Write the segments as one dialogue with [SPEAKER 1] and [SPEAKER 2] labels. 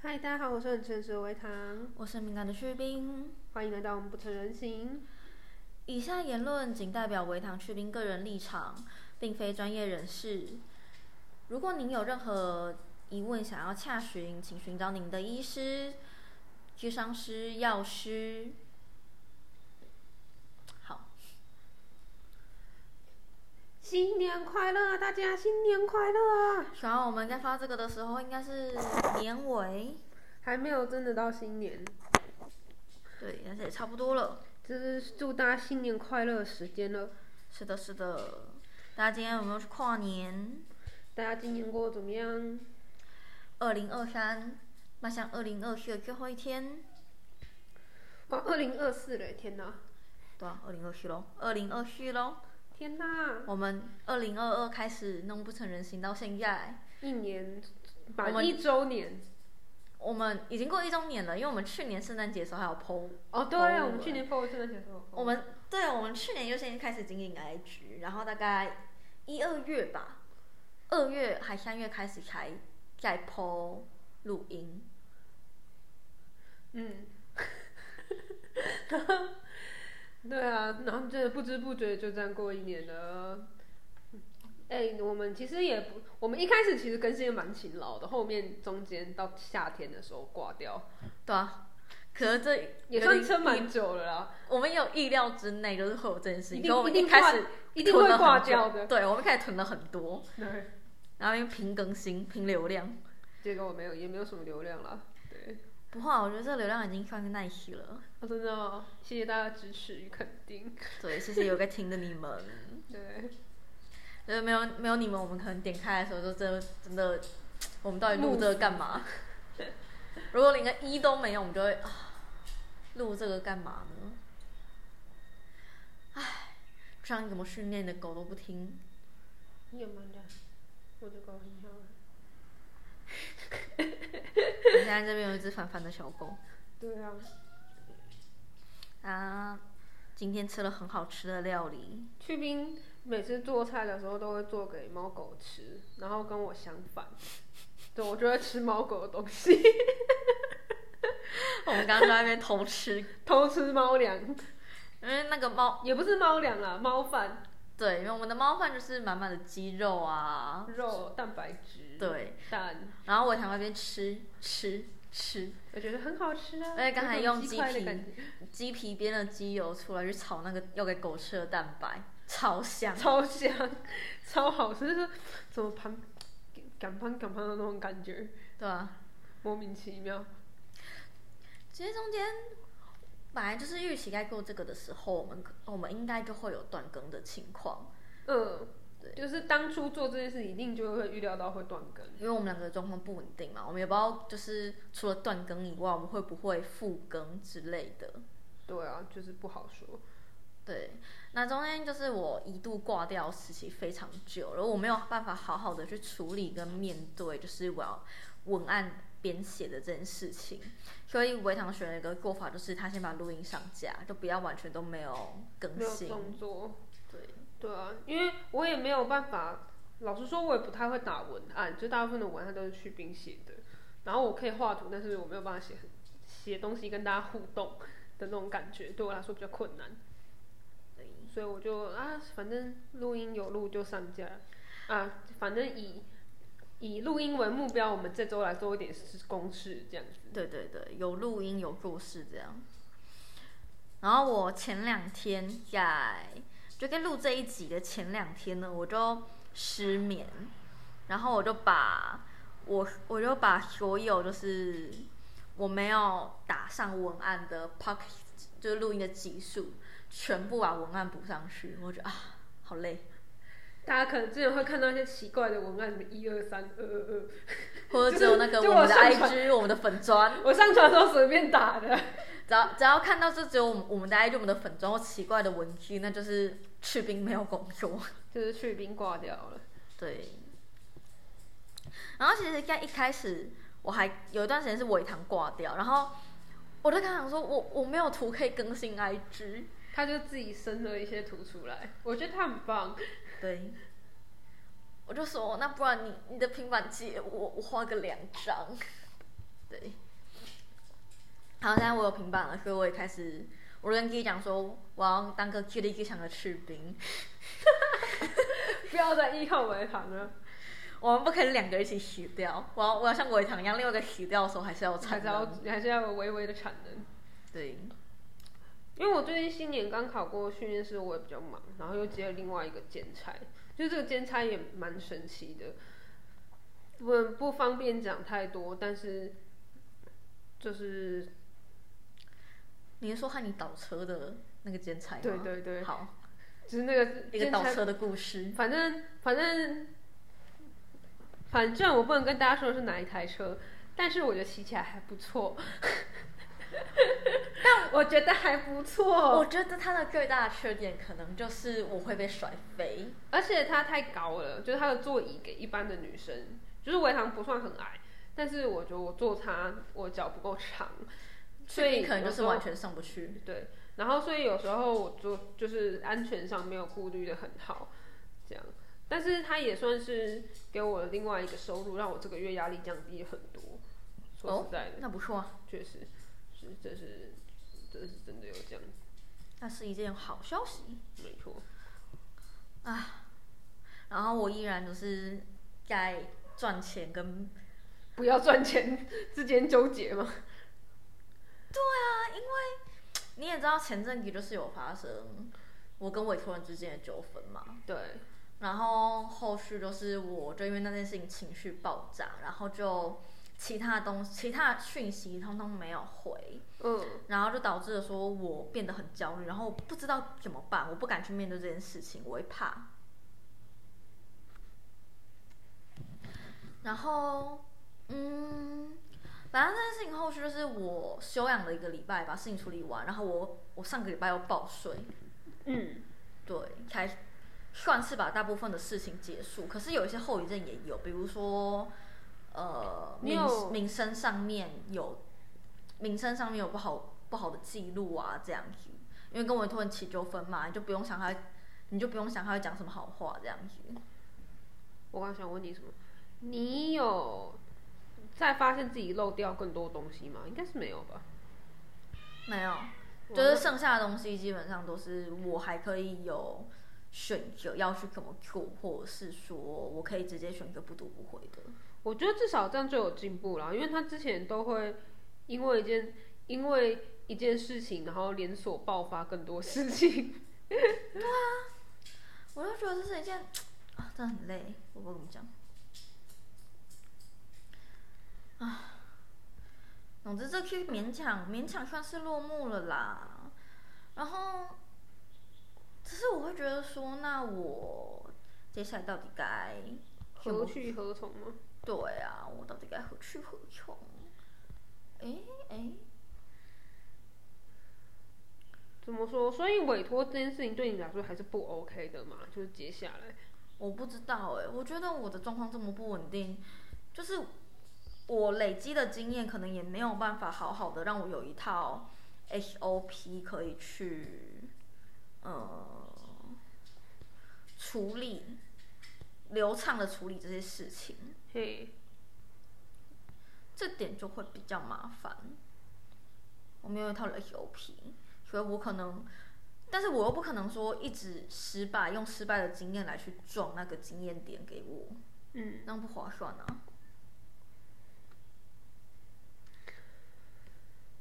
[SPEAKER 1] 嗨，大家好，我是很诚实的维糖，
[SPEAKER 2] 我是敏感的去冰。
[SPEAKER 1] 欢迎来到我们不成人形。
[SPEAKER 2] 以下言论仅代表维糖去冰个人立场，并非专业人士。如果您有任何疑问想要洽询，请寻找您的医师、居商师、药师。好，
[SPEAKER 1] 新年快乐啊，大家新年快乐啊！
[SPEAKER 2] 然后我们在发这个的时候，应该是年尾，
[SPEAKER 1] 还没有真的到新年，
[SPEAKER 2] 对，但是也差不多了。
[SPEAKER 1] 这是祝大家新年快乐的时间了。
[SPEAKER 2] 是的，是的。大家今天有没有去跨年？
[SPEAKER 1] 大家今年过得怎么样？
[SPEAKER 2] 二零二三迈向二零二四的最后一天，
[SPEAKER 1] 哇，二零二四嘞，天哪，
[SPEAKER 2] 对啊，二零二四喽，二零二四喽。
[SPEAKER 1] 天哪，
[SPEAKER 2] 我们二零二二开始弄不成人形到现在，
[SPEAKER 1] 一年
[SPEAKER 2] 我
[SPEAKER 1] 满
[SPEAKER 2] 们
[SPEAKER 1] 一周年
[SPEAKER 2] 我们已经过一周年了，因为我们去年圣诞节的时候还有 PO，
[SPEAKER 1] 哦。对，
[SPEAKER 2] 哦
[SPEAKER 1] 我们去年过圣诞节的时候，
[SPEAKER 2] 我们对啊我们去年就先开始经营 IG，然后大概一二月吧，二月还三月开始才在 PO 录音，
[SPEAKER 1] 嗯， 然后对啊，然后真的不知不觉就这样过一年了。哎、我们其实也不，我们一开始其实更新的蛮勤劳的，后面中间到夏天的时候挂掉，
[SPEAKER 2] 对啊，可是这
[SPEAKER 1] 也
[SPEAKER 2] 有
[SPEAKER 1] 算
[SPEAKER 2] 点
[SPEAKER 1] 撑蛮久了啦。
[SPEAKER 2] 我们有意料之内，就是会有这件事
[SPEAKER 1] 一
[SPEAKER 2] 情，
[SPEAKER 1] 定
[SPEAKER 2] 所以我
[SPEAKER 1] 一
[SPEAKER 2] 们
[SPEAKER 1] 定
[SPEAKER 2] 开
[SPEAKER 1] 挂
[SPEAKER 2] 始
[SPEAKER 1] 一定
[SPEAKER 2] 囤
[SPEAKER 1] 会
[SPEAKER 2] 了很
[SPEAKER 1] 挂
[SPEAKER 2] 久
[SPEAKER 1] 掉的
[SPEAKER 2] 对，我们开始囤了很多，
[SPEAKER 1] 对，
[SPEAKER 2] 然后因为拼更新、拼流量。
[SPEAKER 1] 结果没有，也没有什么流量啦。对，
[SPEAKER 2] 不会啊，我觉得这个流量已经算是 nice 了。
[SPEAKER 1] 啊、真的哦、谢谢大家支持与肯定。
[SPEAKER 2] 对，谢谢有在听的你 们。
[SPEAKER 1] 对，
[SPEAKER 2] 呃，没有没有你们，我们可能点开的时候就真的真的，我们到底录这个干 嘛？如果连个一都没有，我们就会啊，录这个干嘛呢？唉，不知道你怎么训练的狗都不听。
[SPEAKER 1] 你有没有？我的狗很好。
[SPEAKER 2] 我现在这边有一只烦烦的小狗
[SPEAKER 1] 对啊，
[SPEAKER 2] 啊，今天吃了很好吃的料理，
[SPEAKER 1] 去冰每次做菜的时候都会做给猫狗吃，然后跟我相反，对我就会吃猫狗的东西，
[SPEAKER 2] 我们刚刚在那边偷吃，
[SPEAKER 1] 偷吃猫粮，
[SPEAKER 2] 因为那个猫
[SPEAKER 1] 也不是猫粮啦，猫饭、
[SPEAKER 2] 对，因为我们的猫饭就是满满的鸡肉啊，
[SPEAKER 1] 肉、蛋白质、
[SPEAKER 2] 对，
[SPEAKER 1] 蛋，
[SPEAKER 2] 然后我想那边吃吃吃，
[SPEAKER 1] 我觉得很好吃啊。
[SPEAKER 2] 而且刚才用
[SPEAKER 1] 鸡
[SPEAKER 2] 鸡
[SPEAKER 1] 块的
[SPEAKER 2] 皮
[SPEAKER 1] 感觉，
[SPEAKER 2] 鸡皮煸了鸡油出来去炒那个要给狗吃的蛋白，超 香。
[SPEAKER 1] 超香，超好吃，就是怎么盘赶盘赶盘的那种感觉，
[SPEAKER 2] 对啊，
[SPEAKER 1] 莫名其妙。
[SPEAKER 2] 其实中间本来就是预期该做这个的时候，我们可我们应该就会有断更的情况，
[SPEAKER 1] 嗯，就是当初做这件事，一定就会预料到会断更。
[SPEAKER 2] 因为我们两个状况不稳定嘛，我们也不知道就是除了断更以外，我们会不会复更之类的。
[SPEAKER 1] 对啊，就是不好说。
[SPEAKER 2] 对，那中间就是我一度挂掉时期非常久，然后我没有办法好好的去处理跟面对，就是我要文案编写的这件事情，所以维唐选了一个做法，就是他先把录音上架，就不要完全都没有更
[SPEAKER 1] 没有
[SPEAKER 2] 新。
[SPEAKER 1] 动作。
[SPEAKER 2] 对，
[SPEAKER 1] 对啊，因为我也没有办法，老实说，我也不太会打文案，就大部分的文案都是去冰写的。然后我可以画图，但是我没有办法写很写东西跟大家互动的那种感觉，对我来说比较困难。
[SPEAKER 2] 对
[SPEAKER 1] 所以我就啊，反正录音有录就上架，啊，反正以以录音为目标，我们这周来做一点公式这样子。
[SPEAKER 2] 对对对，有录音有故事这样。然后我前两天在就跟录这一集的前两天呢，我就失眠，然后我就把我我就把所有就是我没有打上文案的 p o c k e t 就是录音的集数，全部把文案补上去，我觉得啊好累，
[SPEAKER 1] 大家可能之前会看到一些奇怪的文案，什么一二三二二二，
[SPEAKER 2] 或者只有那个
[SPEAKER 1] 就
[SPEAKER 2] 我
[SPEAKER 1] 我
[SPEAKER 2] 们的
[SPEAKER 1] 上传
[SPEAKER 2] IG 我们的粉砖。
[SPEAKER 1] 我上传都随便打的。
[SPEAKER 2] 只要只要看到这只有我们我们的 IG 我们的粉妆或奇怪的文具，那就是去冰没有工作。
[SPEAKER 1] 就是去冰挂掉了。
[SPEAKER 2] 对。然后其实在一开始我还有一段时间是尾堂挂掉，然后我就跟他讲说我我没有图可以更新 IG。
[SPEAKER 1] 他就自己生了一些图出来，我觉得他很棒。
[SPEAKER 2] 对。 我就说那不然你你的平板借我，我画个两张。对。然后现在我有平板了，所以我也开始，我跟自己讲说，我要当个巨力剧场的士兵。
[SPEAKER 1] 不要再依靠围堂了，
[SPEAKER 2] 我们不可以两个人一起死掉，我要我要像伟堂一样，另外一个死掉的时候还是要有
[SPEAKER 1] 还
[SPEAKER 2] 哦产
[SPEAKER 1] 是要
[SPEAKER 2] 能。
[SPEAKER 1] 你还是要有微微的产能。
[SPEAKER 2] 对，
[SPEAKER 1] 因为我最近新年刚考过训练师，我也比较忙，然后又接了另外一个兼差，就这个兼差也蛮神奇的，不不方便讲太多，但是就是
[SPEAKER 2] 你是说和你倒车的那个兼差吗？
[SPEAKER 1] 对对对，
[SPEAKER 2] 好，
[SPEAKER 1] 就是那个
[SPEAKER 2] 一个
[SPEAKER 1] 兼
[SPEAKER 2] 倒
[SPEAKER 1] 差
[SPEAKER 2] 车的故事。
[SPEAKER 1] 反正反正反正我不能跟大家说是哪一台车，但是我觉得骑起来还不错。 但我觉得还不
[SPEAKER 2] 我
[SPEAKER 1] 错，
[SPEAKER 2] 觉得它的最大的缺点可能就是我会被甩飞。
[SPEAKER 1] 而且它太高了，就是它的座椅给一般的女生，就是围堂不算很矮，但是我觉得我坐它我脚不够长，所以
[SPEAKER 2] 你可能就
[SPEAKER 1] 有时
[SPEAKER 2] 是
[SPEAKER 1] 候
[SPEAKER 2] 完全上不去。
[SPEAKER 1] 对，然后所以有时候我就就是安全上没有顾虑的很好，这样，但是它也算是给我另外一个收入，让我这个月压力降低很多。说实在的，
[SPEAKER 2] 那不错啊，
[SPEAKER 1] 确实是这是这是真的有这样，
[SPEAKER 2] 那是一件好消息。
[SPEAKER 1] 没错。
[SPEAKER 2] 然后我依然就是在赚钱跟
[SPEAKER 1] 不要赚钱之间纠结嘛，
[SPEAKER 2] 你也知道前阵子就是有发生我跟委托人之间的纠纷嘛，
[SPEAKER 1] 对，
[SPEAKER 2] 然后后续就是我就因为那件事情情绪爆炸，然后就其他东其他讯息通通没有回，
[SPEAKER 1] 嗯，
[SPEAKER 2] 然后就导致了说我变得很焦虑，然后我不知道怎么办，我不敢去面对这件事情，我会怕。然后，嗯，反正这件事情后续就是我休养了一个礼拜，把事情处理完，然后我我上个礼拜又报税，
[SPEAKER 1] 嗯，
[SPEAKER 2] 对，才算是把大部分的事情结束。可是有一些后遗症也有，比如说，呃，
[SPEAKER 1] 你
[SPEAKER 2] 民
[SPEAKER 1] 有
[SPEAKER 2] 民生上面有，民生上面有不好不好的记录啊，这样子。因为跟委托人起纠纷嘛，你就不用想他，你就不用想他会讲什么好话这样子。
[SPEAKER 1] 我刚想问你什么，你有在发现自己漏掉更多东西吗？应该是没有吧，
[SPEAKER 2] 没有，
[SPEAKER 1] 我
[SPEAKER 2] 就是剩下的东西基本上都是我还可以有选择要去怎么做，或者是说我可以直接选择不读不回的。
[SPEAKER 1] 我觉得至少这样就有进步了，因为他之前都会因为一件因为一件事情，然后连锁爆发更多事 情。
[SPEAKER 2] 我就觉得这是一件啊，真的很累，我不知道怎么讲。啊，啊总之这期勉强勉强算是落幕了啦。然后，只是我会觉得说，那我接下来到底该怎
[SPEAKER 1] 何
[SPEAKER 2] 么
[SPEAKER 1] 去何从吗？
[SPEAKER 2] 对啊，我到底该何去何从？诶诶，
[SPEAKER 1] 怎么说？所以委托这件事情对你来说还是不 OK 的嘛？就是接下来，
[SPEAKER 2] 我不知道诶，我觉得我的状况这么不稳定，就是我累积的经验可能也没有办法好好的让我有一套 SOP 可以去呃处理流畅的处理这些事情，
[SPEAKER 1] 嘿，
[SPEAKER 2] 这点就会比较麻烦。我没有一套 SOP，所以我可能，但是我又不可能说一直失败，用失败的经验来去撞那个经验点给我。
[SPEAKER 1] 嗯，
[SPEAKER 2] 那样不划算啊。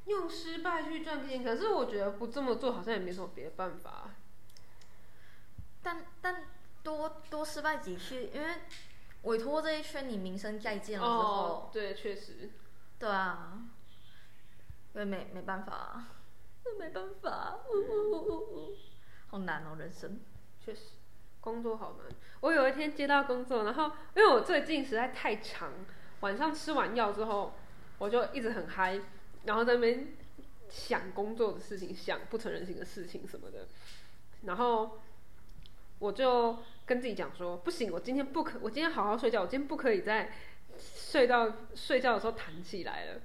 [SPEAKER 1] 用失败去赚钱，可是我觉得不这么做好像也没什么别的办法。
[SPEAKER 2] 但但多多失败几次，因为委托这一圈你名声再见了之后，
[SPEAKER 1] 哦，对，确实，
[SPEAKER 2] 对啊，因为没没办法啊，没办法，呜呜呜呜呜，好难哦，人生。
[SPEAKER 1] 确实，工作好难。我有一天接到工作，然后因为我最近实在太长，晚上吃完药之后，我就一直很嗨，然后在那边想工作的事情，想不成人形的事情什么的，然后我就跟自己讲说，不行，我今天不可，我今天好好睡觉，我今天不可以再睡到睡觉的时候弹起来了。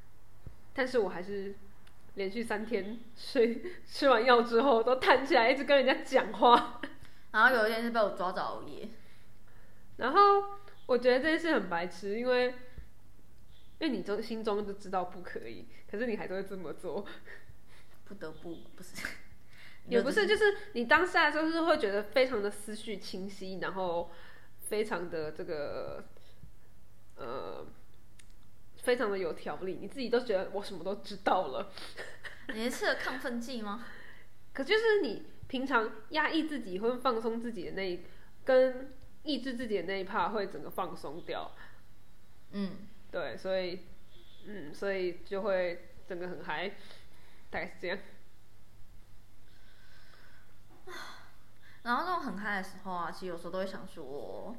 [SPEAKER 1] 但是我还是连续三天睡 吃完药之后都弹起来，一直跟人家讲话。
[SPEAKER 2] 然后有一天是被我抓着熬夜，
[SPEAKER 1] 然后我觉得这件事很白痴，因为因因为你中心中就知道不可以，可是你还是会这么做，
[SPEAKER 2] 不得不不是，
[SPEAKER 1] 也不是，就是你当下就是会觉得非常的思绪清晰，然后非常的这个呃，非常的有条理，你自己都觉得我什么都知道了。
[SPEAKER 2] 你是吃了亢奋剂吗？
[SPEAKER 1] 可就是你平常压抑自己或放松自己的那一，跟抑制自己的那一 part 会整个放松掉，
[SPEAKER 2] 嗯，
[SPEAKER 1] 对，所以嗯，所以就会整个很嗨，大概是这样。
[SPEAKER 2] 然后那种很嗨的时候啊，其实有时候都会想说，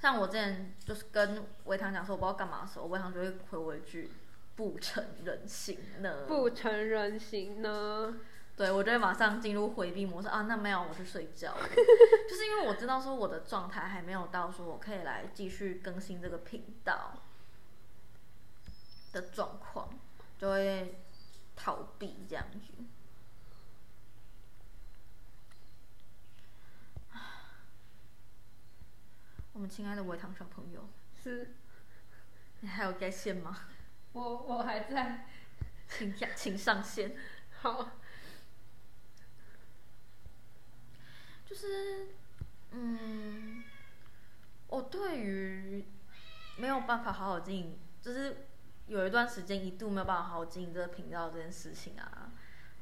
[SPEAKER 2] 像我之前就是跟维唐讲说我不知道干嘛的时候，维唐就会回我一句“不成人形呢”，
[SPEAKER 1] 不成人形呢，
[SPEAKER 2] 对我就会马上进入回避模式啊，那没有，我去睡觉了，就是因为我知道说我的状态还没有到说我可以来继续更新这个频道的状况，就会逃避这样子。 我们亲爱的维糖小朋友，
[SPEAKER 1] 是
[SPEAKER 2] 你还有该线吗？
[SPEAKER 1] 我我还在
[SPEAKER 2] 请下，请上线。
[SPEAKER 1] 好，
[SPEAKER 2] 就是，嗯，我对于没有办法好好经营，就是有一段时间一度没有办法好好经营这个频道这件事情啊，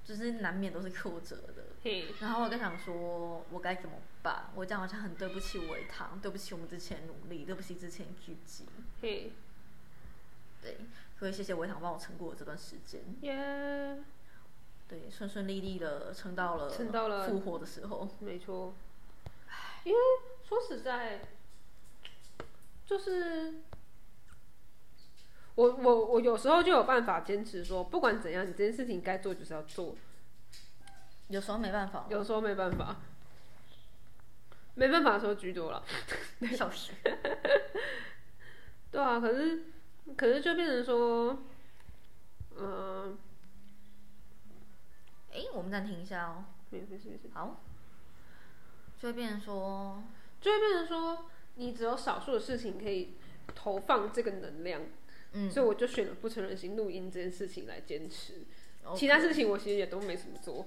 [SPEAKER 2] 就是难免都是挫折的。
[SPEAKER 1] 嘿，
[SPEAKER 2] 然后我就想说，我该怎么办？我这样好像很对不起维唐，对不起我们之前的努力，对不起之前的自己。
[SPEAKER 1] 嘿，
[SPEAKER 2] 对，所以谢谢维唐帮我撑过这段时间。
[SPEAKER 1] 耶、
[SPEAKER 2] 对，顺顺利利的撑到了
[SPEAKER 1] 撑到了
[SPEAKER 2] 复活的时候。
[SPEAKER 1] 哦没错，因为说实在，就是我我我有时候就有办法坚持说，不管怎样，你这件事情该做就是要做，
[SPEAKER 2] 有时候没办 法，
[SPEAKER 1] 有时候没办法，没办法的时候居多了。
[SPEAKER 2] 笑死。
[SPEAKER 1] 对啊，可是可是就变成说，嗯、呃，
[SPEAKER 2] 诶，我们暂停一下哦。
[SPEAKER 1] 没有没事没事，
[SPEAKER 2] 好，就会变成说，
[SPEAKER 1] 就会变成说，你只有少数的事情可以投放这个能量，
[SPEAKER 2] 嗯，
[SPEAKER 1] 所以我就选了不成人形录音这件事情来坚持。
[SPEAKER 2] OK
[SPEAKER 1] 其他事情我其实也都没什么做，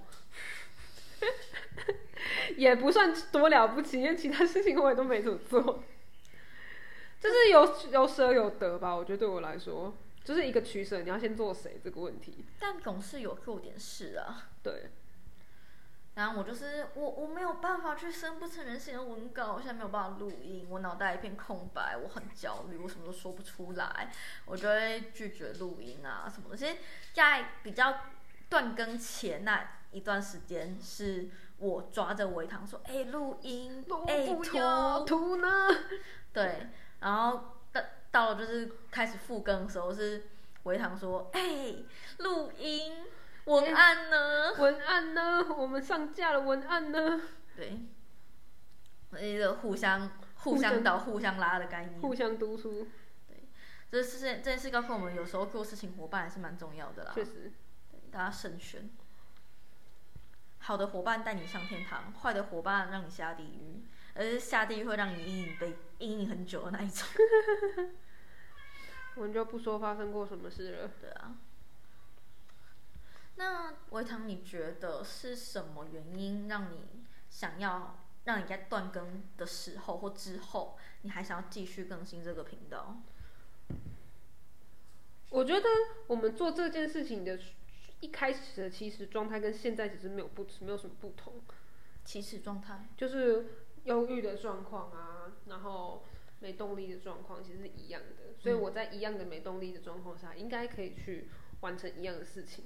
[SPEAKER 1] 也不算多了不起，因为其他事情我也都没怎么做，就是有有舍有得吧。我觉得对我来说，就是一个取舍，你要先做谁这个问题。
[SPEAKER 2] 但总是有做点事啊。
[SPEAKER 1] 对，
[SPEAKER 2] 然后我就是我，我没有办法去生不成人形的文稿，我现在没有办法录音，我脑袋一片空白，我很焦虑，我什么都说不出来，我就会拒绝录音啊什么的。其实，在比较断更前那一段时间，是我抓着维糖说：“哎、录音，哎、
[SPEAKER 1] 不
[SPEAKER 2] 图
[SPEAKER 1] 要图呢？
[SPEAKER 2] 对，然后到到了就是开始复更的时候，是维唐说：“哎、录音文案呢
[SPEAKER 1] 文案呢？ 我们上架了文案呢？？”
[SPEAKER 2] 对，一个互相互
[SPEAKER 1] 互
[SPEAKER 2] 相
[SPEAKER 1] 相
[SPEAKER 2] 导、互相拉的概念。
[SPEAKER 1] 互相督促，
[SPEAKER 2] 这事这件事告诉我们，有时候做事情伙伴还是蛮重要的啦。
[SPEAKER 1] 确实，
[SPEAKER 2] 对大家慎选，好的伙伴带你上天堂，坏的伙伴让你下地狱，而是下地狱会让你阴影被阴影很久的那一种。
[SPEAKER 1] 我们就不说发生过什么事了。
[SPEAKER 2] 对啊。那维唐，你觉得是什么原因让你想要让你在断更的时候或之后，你还想要继续更新这个频道？
[SPEAKER 1] 我觉得我们做这件事情的一开始的其实状态跟现在其实没有不没有什么不同，
[SPEAKER 2] 起始状态，
[SPEAKER 1] 就是忧郁的状况啊，然后没动力的状况其实是一样的，所以我在一样的没动力的状况下，应该可以去完成一样的事情。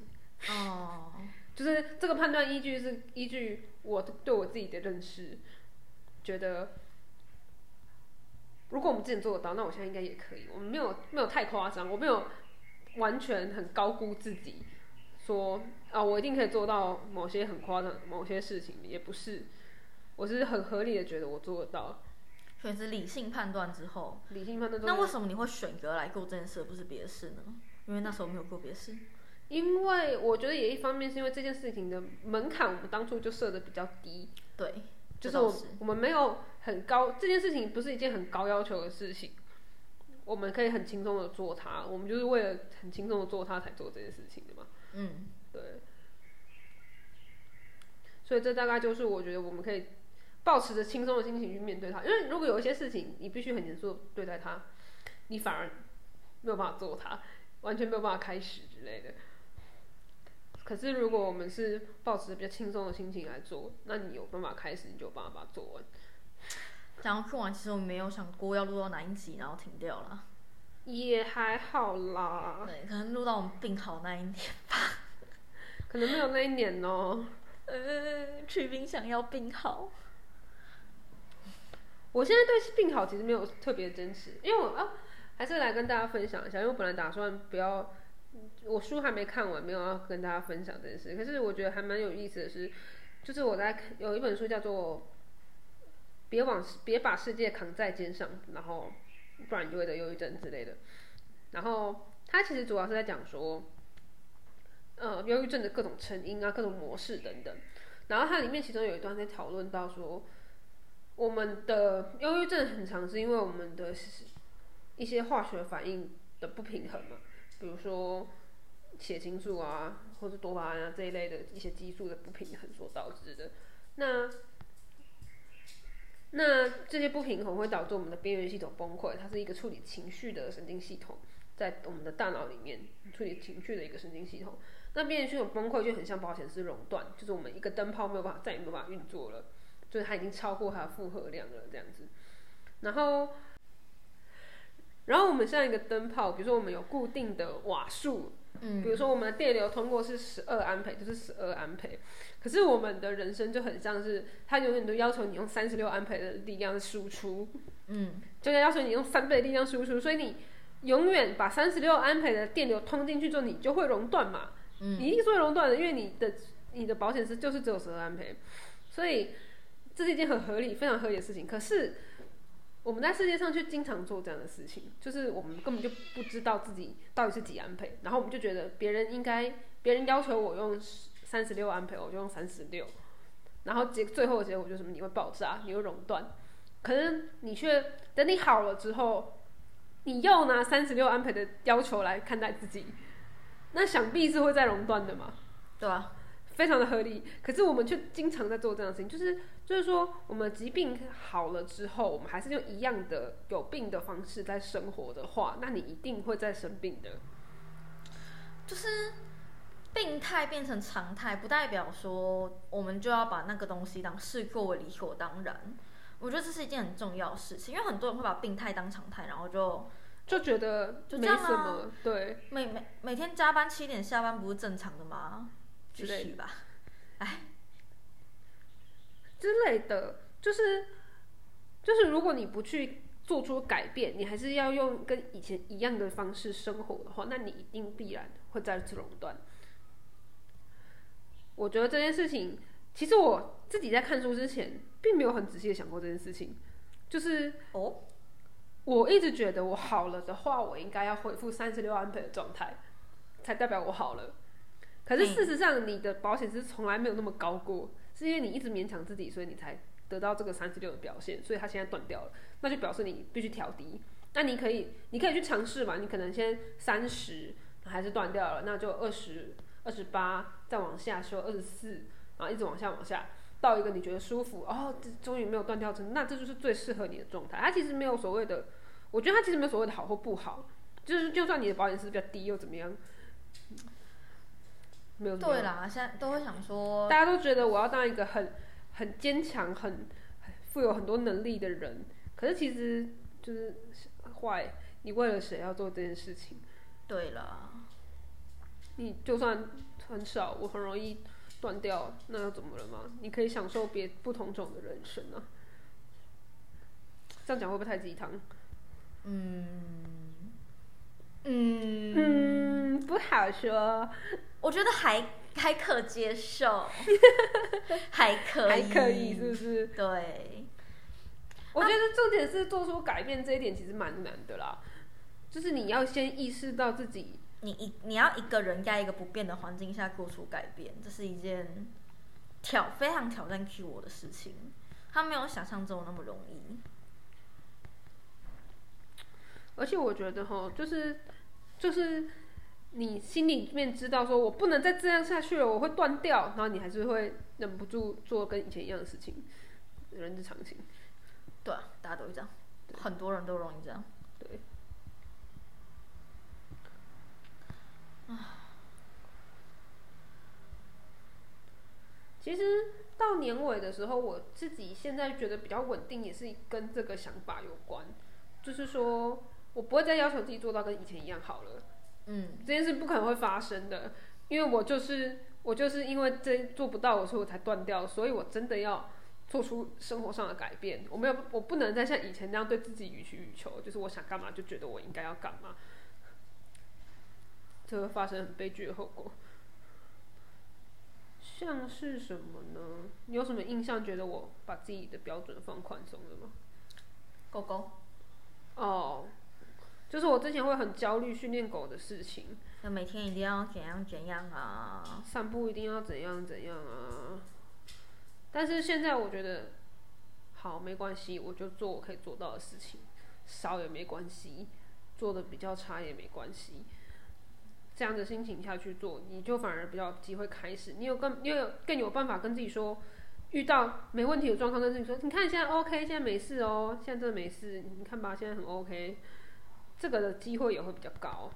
[SPEAKER 2] 哦，
[SPEAKER 1] 就是这个判断依据是依据我对我自己的认识，觉得如果我们之前做得到，那我现在应该也可以。我们没有没有太夸张，我没有完全很高估自己，说啊我一定可以做到某些很夸张某些事情，也不是。我是很合理的觉得我做得到，
[SPEAKER 2] 所以是理性判断之后。
[SPEAKER 1] 理性判断
[SPEAKER 2] 那
[SPEAKER 1] 中，
[SPEAKER 2] 为什么你会选择来做这件事，而不是别的事呢？因为那时候没有做别的事。
[SPEAKER 1] 因为我觉得也一方面是因为这件事情的门槛，我们当初就设的比较低，
[SPEAKER 2] 对，
[SPEAKER 1] 就
[SPEAKER 2] 这
[SPEAKER 1] 是
[SPEAKER 2] 倒
[SPEAKER 1] 我
[SPEAKER 2] 是
[SPEAKER 1] 我们没有很高，这件事情不是一件很高要求的事情。我们可以很轻松的做它，我们就是为了很轻松的做它才做这件事情的嘛。
[SPEAKER 2] 嗯，
[SPEAKER 1] 对，所以这大概就是我觉得我们可以保持着轻松的心情去面对它，因为如果有一些事情你必须很严肃地对待它，你反而没有办法做它，完全没有办法开始之类的。可是如果我们是保持着比较轻松的心情来做，那你有办法开始，你就有办法把它做完。
[SPEAKER 2] 讲到做完，其实我没有想过要录到哪一集，然后停掉了。
[SPEAKER 1] 也还好啦，
[SPEAKER 2] 对，可能录到我们病好那一年，
[SPEAKER 1] 可能没有那一年哦、
[SPEAKER 2] 呃，去冰箱要病好。
[SPEAKER 1] 我现在对病好其实没有特别坚持，因为我啊，还是来跟大家分享一下，因为我本来打算不要，我书还没看完，没有要跟大家分享这件事。可是我觉得还蛮有意思的是，就是我在看有一本书叫做《别往别把世界扛在肩上》，然后不然你就会得忧郁症之类的。然后它其实主要是在讲说，呃，忧郁症的各种成因啊、各种模式等等。然后它里面其中有一段在讨论到说，我们的忧郁症很常是因为我们的一些化学反应的不平衡嘛，比如说血清素啊，或者多巴胺啊这一类的一些激素的不平衡所导致的。那那这些不平衡会导致我们的边缘系统崩溃，它是一个处理情绪的神经系统，在我们的大脑里面处理情绪的一个神经系统。那边缘系统崩溃就很像保险丝熔断，就是我们一个灯泡没有办法再也没有办法运作了。就是它已经超过它的负荷量了，这样子。然后，然后我们像一个灯泡，比如说我们有固定的瓦数，
[SPEAKER 2] 嗯，
[SPEAKER 1] 比如说我们的电流通过是十二安培，就是十二安培。可是我们的人生就很像是，它永远都要求你用三十六安培的力量输出，
[SPEAKER 2] 嗯，
[SPEAKER 1] 就要求你用三倍的力量输出，所以你永远把三十六安培的电流通进去之后，你就会熔断嘛。
[SPEAKER 2] 嗯
[SPEAKER 1] 你一定是会熔断的，因为你的你的保险丝就是只有十二安培，所以这是一件很合理、非常合理的事情。可是我们在世界上却经常做这样的事情，就是我们根本就不知道自己到底是几安培，然后我们就觉得别人应该，别人要求我用三十六安培，我就用三十六，然后结最后的结果就是什么？你会爆炸，你会熔断。可是你却等你好了之后，你又拿三十六安培的要求来看待自己，那想必是会再熔断的嘛，
[SPEAKER 2] 对啊，
[SPEAKER 1] 非常的合理。可是我们却经常在做这样的事情，就是就是说，我们疾病好了之后，我们还是用一样的有病的方式在生活的话，那你一定会再生病的。
[SPEAKER 2] 就是病态变成常态，不代表说我们就要把那个东西当视作为理所当然。我觉得这是一件很重要的事情，因为很多人会把病态当常态，然后就
[SPEAKER 1] 就觉得
[SPEAKER 2] 就这
[SPEAKER 1] 没
[SPEAKER 2] 样啊
[SPEAKER 1] 什么，对，
[SPEAKER 2] 每每每天加班七点下班不是正常的吗？
[SPEAKER 1] 之
[SPEAKER 2] 继
[SPEAKER 1] 类的
[SPEAKER 2] 续吧，
[SPEAKER 1] 之类的，就是就是如果你不去做出改变，你还是要用跟以前一样的方式生活的话，那你一定必然会再次垄断。我觉得这件事情，其实我自己在看书之前，并没有很仔细的想过这件事情，就是
[SPEAKER 2] 哦，
[SPEAKER 1] 我一直觉得我好了的话，我应该要恢复三十六安培的状态，才代表我好了。可是事实上，你的保险丝从来没有那么高过，是因为你一直勉强自己，所以你才得到这个三十六的表现，所以它现在断掉了，那就表示你必须调低。那你可以，你可以去尝试嘛，你可能先三十，还是断掉了，那就二十二十八，再往下修二十四，然后一直往下往下，到一个你觉得舒服，哦，这终于没有断掉成，那这就是最适合你的状态。它其实没有所谓的，我觉得它其实没有所谓的好或不好，就是就算你的保险丝比较低又怎么样，没有怎么
[SPEAKER 2] 对
[SPEAKER 1] 样。
[SPEAKER 2] 啦，现在都会想说，
[SPEAKER 1] 大家都觉得我要当一个很很坚强、很很富有很多能力的人，可是其实就是坏，你为了谁要做这件事情？
[SPEAKER 2] 对了，
[SPEAKER 1] 你就算很少，我很容易断掉，那又怎么了嘛？你可以享受别不同种的人生啊。这样讲会不会太鸡汤？
[SPEAKER 2] 嗯嗯，
[SPEAKER 1] 嗯，不好说，
[SPEAKER 2] 我觉得还还可 接受，还可以，
[SPEAKER 1] 还可以，是不是？
[SPEAKER 2] 对，
[SPEAKER 1] 我觉得重点是做出改变这一点，其实蛮难的啦。就是你要先意识到自己
[SPEAKER 2] 你一你要一个人在一个不变的环境下做出改变，这是一件挑非常挑战自我的事情，它没有想象中那么容易。
[SPEAKER 1] 而且我觉得哈，就是就是你心里面知道说我不能再这样下去了，我会断掉，然后你还是会忍不住做跟以前一样的事情，人之常情。
[SPEAKER 2] 对啊，大家都会这样，很多人都容易这样。
[SPEAKER 1] 对。其实到年尾的时候，我自己现在觉得比较稳定，也是跟这个想法有关。就是说我不会再要求自己做到跟以前一样好了，
[SPEAKER 2] 嗯，
[SPEAKER 1] 这件事不可能会发生的，因为我就是我就是因为这做不到，我所以我才断掉，所以我真的要做出生活上的改变。我没有，我不能再像以前那样对自己予取予求，就是我想干嘛就觉得我应该要干嘛，这会发生很悲剧的后果。像是什么呢？你有什么印象？觉得我把自己的标准放宽松了吗？
[SPEAKER 2] 狗狗
[SPEAKER 1] 哦，就是我之前会很焦虑训练狗的事情，
[SPEAKER 2] 那每天一定要怎样怎样啊？
[SPEAKER 1] 散步一定要怎样怎样啊。但是现在我觉得，好没关系，我就做我可以做到的事情，少也没关系，做的比较差也没关系。这样的心情下去做，你就反而比较有机会开始，你有更你有更有办法跟自己说，遇到没问题的状况跟自己说，你看现在 OK，现在没事哦，现在真的没事，你看吧，现在很 OK，这个的机会也会比较高，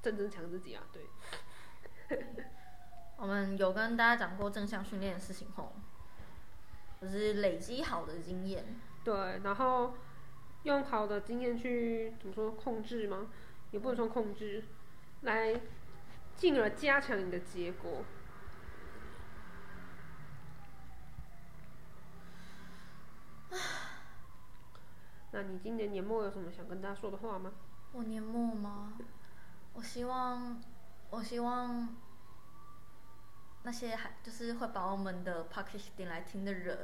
[SPEAKER 1] 正增强自己啊，对。
[SPEAKER 2] 我们有跟大家讲过正向训练的事情后，就是累积好的经验。
[SPEAKER 1] 对，然后用好的经验去怎么说控制吗？也不能说控制，来进而加强你的结果。那你今年年末有什么想跟大家说的话吗？
[SPEAKER 2] 我年末吗？我希望，我希望那些还就是会把我们的 p a c k a g e 点来听的人，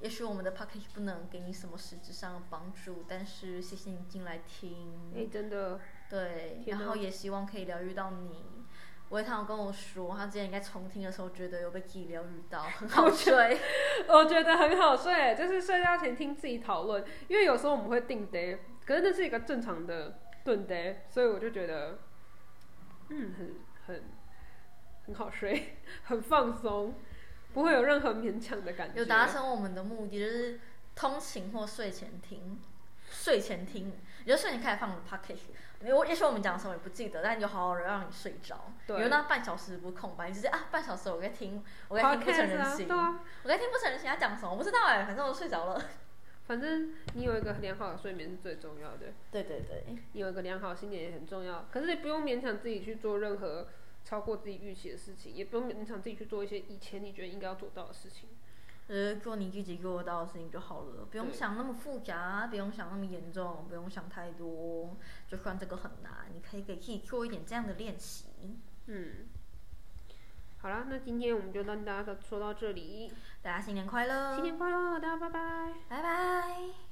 [SPEAKER 2] 也许我们的 p a c k a g e 不能给你什么实质上的帮助，但是谢谢你进来听，
[SPEAKER 1] 哎，真的，
[SPEAKER 2] 对，
[SPEAKER 1] 天哪
[SPEAKER 2] 然后也希望可以疗愈到你。维唐有跟我说，他之前应该重听的时候觉得有被自己疗愈到，很好睡。
[SPEAKER 1] 我觉得很好睡，就是睡觉前听自己讨论，因为有时候我们会定 day，可是那是一个正常的顿 day，所以我就觉得，嗯，很很很好睡， 很放松，不会有任何勉强的感觉。
[SPEAKER 2] 有达成我们的目的，就是通勤或睡前听，睡前听，也就睡前开始放我们 podcast。我也许我们讲什么也不记得，但你就好好的让你睡着。
[SPEAKER 1] 对
[SPEAKER 2] 有那半小时不空白，你直接啊，半小时我该听，我该听不成
[SPEAKER 1] podcast
[SPEAKER 2] 人
[SPEAKER 1] 啊，
[SPEAKER 2] 形，
[SPEAKER 1] 对啊，
[SPEAKER 2] 我该听不成人形他讲什么，我不知道哎、反正我睡着了。
[SPEAKER 1] 反正你有一个良好的睡眠是最重要的，
[SPEAKER 2] 对对对，
[SPEAKER 1] 你有一个良好的心情也很重要，可是不用勉强自己去做任何超过自己预期的事情，也不用勉强自己去做一些以前你觉得应该要做到的事情。
[SPEAKER 2] 就是做你自己做得到的事情就好了，不用
[SPEAKER 1] 对
[SPEAKER 2] 想那么复杂，不用想那么严重，不用想太多。就算这个很难，你可以给自己做一点这样的练习。
[SPEAKER 1] 嗯，好啦，那今天我们就跟大家说到这里，
[SPEAKER 2] 大家新年快乐，
[SPEAKER 1] 新年快乐，大家拜拜。
[SPEAKER 2] 拜拜。